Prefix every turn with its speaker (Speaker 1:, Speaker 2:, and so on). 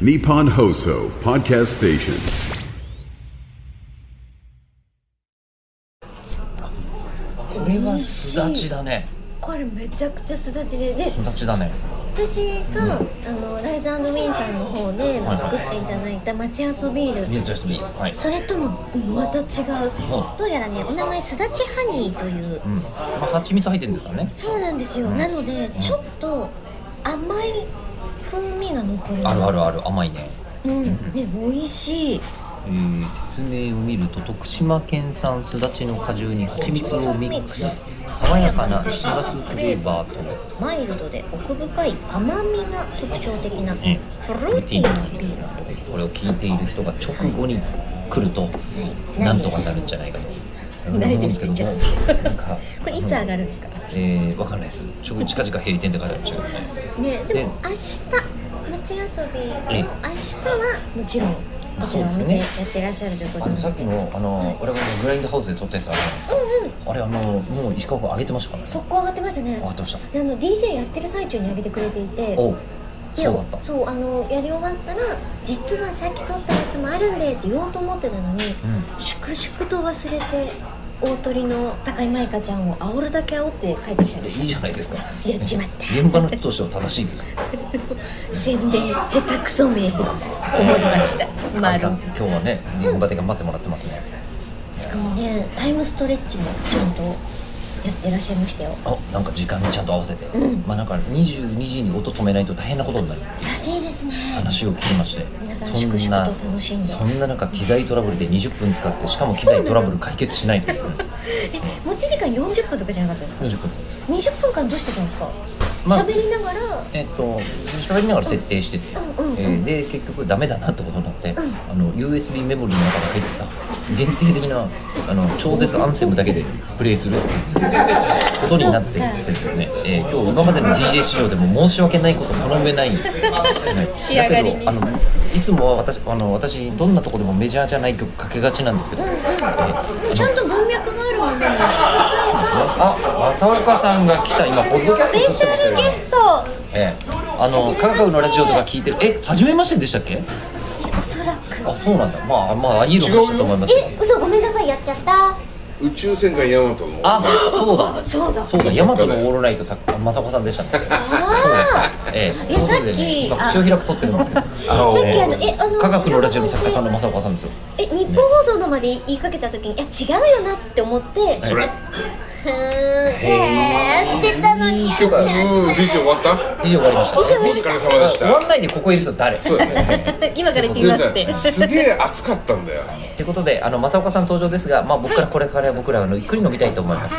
Speaker 1: Nippon Hoso Podcast Station.
Speaker 2: これはすだちだね
Speaker 3: これめちゃくちゃすだちでで
Speaker 2: すだちだね
Speaker 3: 私が、あのライズウィンさんの方で
Speaker 2: はい
Speaker 3: 作っていただいた町遊びール、
Speaker 2: 水休みはい
Speaker 3: それともまた違う、どうやらねお名前すだちハニーという、
Speaker 2: うんまあ蜂蜜入ってるんですからね
Speaker 3: そうなんですよ、なのでちょっと甘い風味が残りま
Speaker 2: あ
Speaker 3: す
Speaker 2: るあるある甘いね
Speaker 3: うんね美味しい
Speaker 2: えー説明を見ると徳島県産すだちの果汁に蜂蜜をミックス爽やかなシトラスフレーバーと
Speaker 3: マイルドで奥深い甘みが特徴的なフ
Speaker 2: え
Speaker 3: ルーティーなビールです
Speaker 2: これを聞いている人が直後に来るとなんとかなるんじゃないかと
Speaker 3: ないですか
Speaker 2: 思うん
Speaker 3: じゃ
Speaker 2: ですけどもなんか
Speaker 3: これいつ上がるんですか
Speaker 2: えーわかんないですちょ近々閉店って書いてあるんですよね
Speaker 3: ねでも
Speaker 2: ね
Speaker 3: 明日町遊びの
Speaker 2: ええ
Speaker 3: 明日はもちろんこちらお
Speaker 2: そうで
Speaker 3: 店や
Speaker 2: す
Speaker 3: ってらっしゃるということ
Speaker 2: あ
Speaker 3: な
Speaker 2: のさっ
Speaker 3: の
Speaker 2: き
Speaker 3: で
Speaker 2: のあの、俺がねグラインドハウスで撮ったやつあるじゃないですか、あれあのもう石川君上げてましたからね
Speaker 3: 速攻上がってましたね
Speaker 2: 上がってました
Speaker 3: であの DJ やってる最中に上げてくれていて
Speaker 2: おう
Speaker 3: で
Speaker 2: そうだった
Speaker 3: そうあのやり終わったら実はさっき撮ったやつもあるんでって言おうと思ってたのに、
Speaker 2: ん
Speaker 3: 粛々と忘れて大鳥の高井舞香ちゃんを煽るだけ煽って帰ってきちゃ
Speaker 2: いや
Speaker 3: いま
Speaker 2: いい
Speaker 3: した
Speaker 2: じゃないですか
Speaker 3: やっちまった
Speaker 2: 現場の人としては正しいですよ
Speaker 3: 宣伝下手くそめ思いました
Speaker 2: 高
Speaker 3: ま
Speaker 2: 井さん
Speaker 3: あ
Speaker 2: 今日はね現場で頑張ってもらってますね、
Speaker 3: しかもねタイムストレッチもちゃんとやってらっしゃいましたよ
Speaker 2: あなんか時間にちゃんと合わせて、まあなんか22時に音止めないと大変なことになるっていう
Speaker 3: らしいですね
Speaker 2: 話を聞きまして
Speaker 3: 皆さん
Speaker 2: そんな
Speaker 3: 粛々と楽しんで
Speaker 2: そんな中機材トラブルで20分使ってしかも機材トラブル解決しないという20
Speaker 3: 持ち時間40分とかじゃなかったですか
Speaker 2: 分です
Speaker 3: 20分間どうしてたんですか
Speaker 2: まあ
Speaker 3: 喋、りながら
Speaker 2: えっと喋りながら設定してて、
Speaker 3: うんうんうん
Speaker 2: えーで結局ダメだなってことになって、あの USB メモリの中に入ってた限定的なあの超絶アンセムだけでプレイするっていうことになっていってですね、えー今日今までの DJ 史上でも申し訳ないことこの上 ない仕
Speaker 3: 上がりに
Speaker 2: あのいつもは私あの私どんなとこでもメジャーじゃない曲かけがちなんですけど、えー
Speaker 3: ちゃんと文脈があるものに例 えば
Speaker 2: あ正岡さんが来た今ポッドキャス
Speaker 3: ス
Speaker 2: ト
Speaker 3: ペ
Speaker 2: 撮って
Speaker 3: シ
Speaker 2: ますよ
Speaker 3: ャルゲスト
Speaker 2: ええ、あの科学のラジオとか聞いてるえ初めましてでしたっけ
Speaker 3: おそらく
Speaker 2: あそうなんだまあまあいいのかしたと思いますけど
Speaker 3: え嘘ごめんなさいやっちゃった
Speaker 4: 宇宙戦艦ヤマトの
Speaker 2: あそうだ
Speaker 3: そうだ
Speaker 2: そうだヤマトのオールナイトさ正子さんでしたねそうだええ
Speaker 3: いや
Speaker 2: ということでね
Speaker 3: さっき
Speaker 2: 今
Speaker 3: あ
Speaker 2: 口を開くとってるんですけどあ
Speaker 3: さっき
Speaker 2: え
Speaker 3: あのえあの
Speaker 2: 科学のラジオの作家さんの正子さんですよ
Speaker 3: え日本放送のまで言いかけた時にいや違うよなって思って
Speaker 4: それ
Speaker 3: ふーんじゃあやってたのにやっちゃ
Speaker 4: う
Speaker 3: っ
Speaker 4: ん
Speaker 3: た
Speaker 4: ビジ終 わった
Speaker 2: 以上終わりました
Speaker 4: お疲れ様でし
Speaker 2: 終わ
Speaker 4: た
Speaker 2: んないでここいる人誰
Speaker 4: そうだね
Speaker 3: 今から行ってきますって
Speaker 4: でさすげえ暑かったんだよ
Speaker 2: ということであの正岡さん登場ですがまあ僕からこれから僕らあのゆっくり飲みたいと思います